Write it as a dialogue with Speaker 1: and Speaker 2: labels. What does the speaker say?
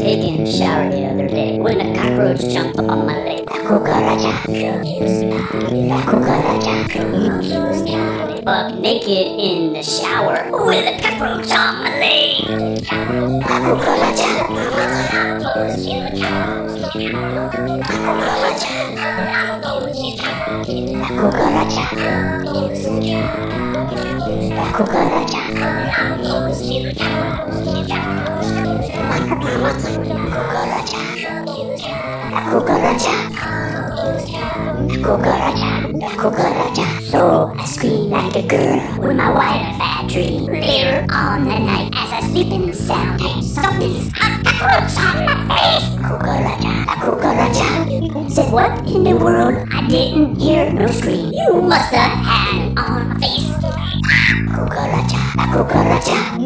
Speaker 1: taking a shower the other day when a cockroach jumped on my leg. The cucaracha could use me. The cucaracha could use me. Buck naked in the shower with a cockroach on my leg. The cucaracha could use me. The cucaracha could use me. The cucaracha could use me. The cucaracha. So I scream like a girl with my white fat dream. Later on the night, as I sleep in sound, I saw this hot cockroach on my face. Cucaracha, cucaracha. Said what in the world? I didn't hear no scream. You must have had it on my face. Cucaracha, cucaracha.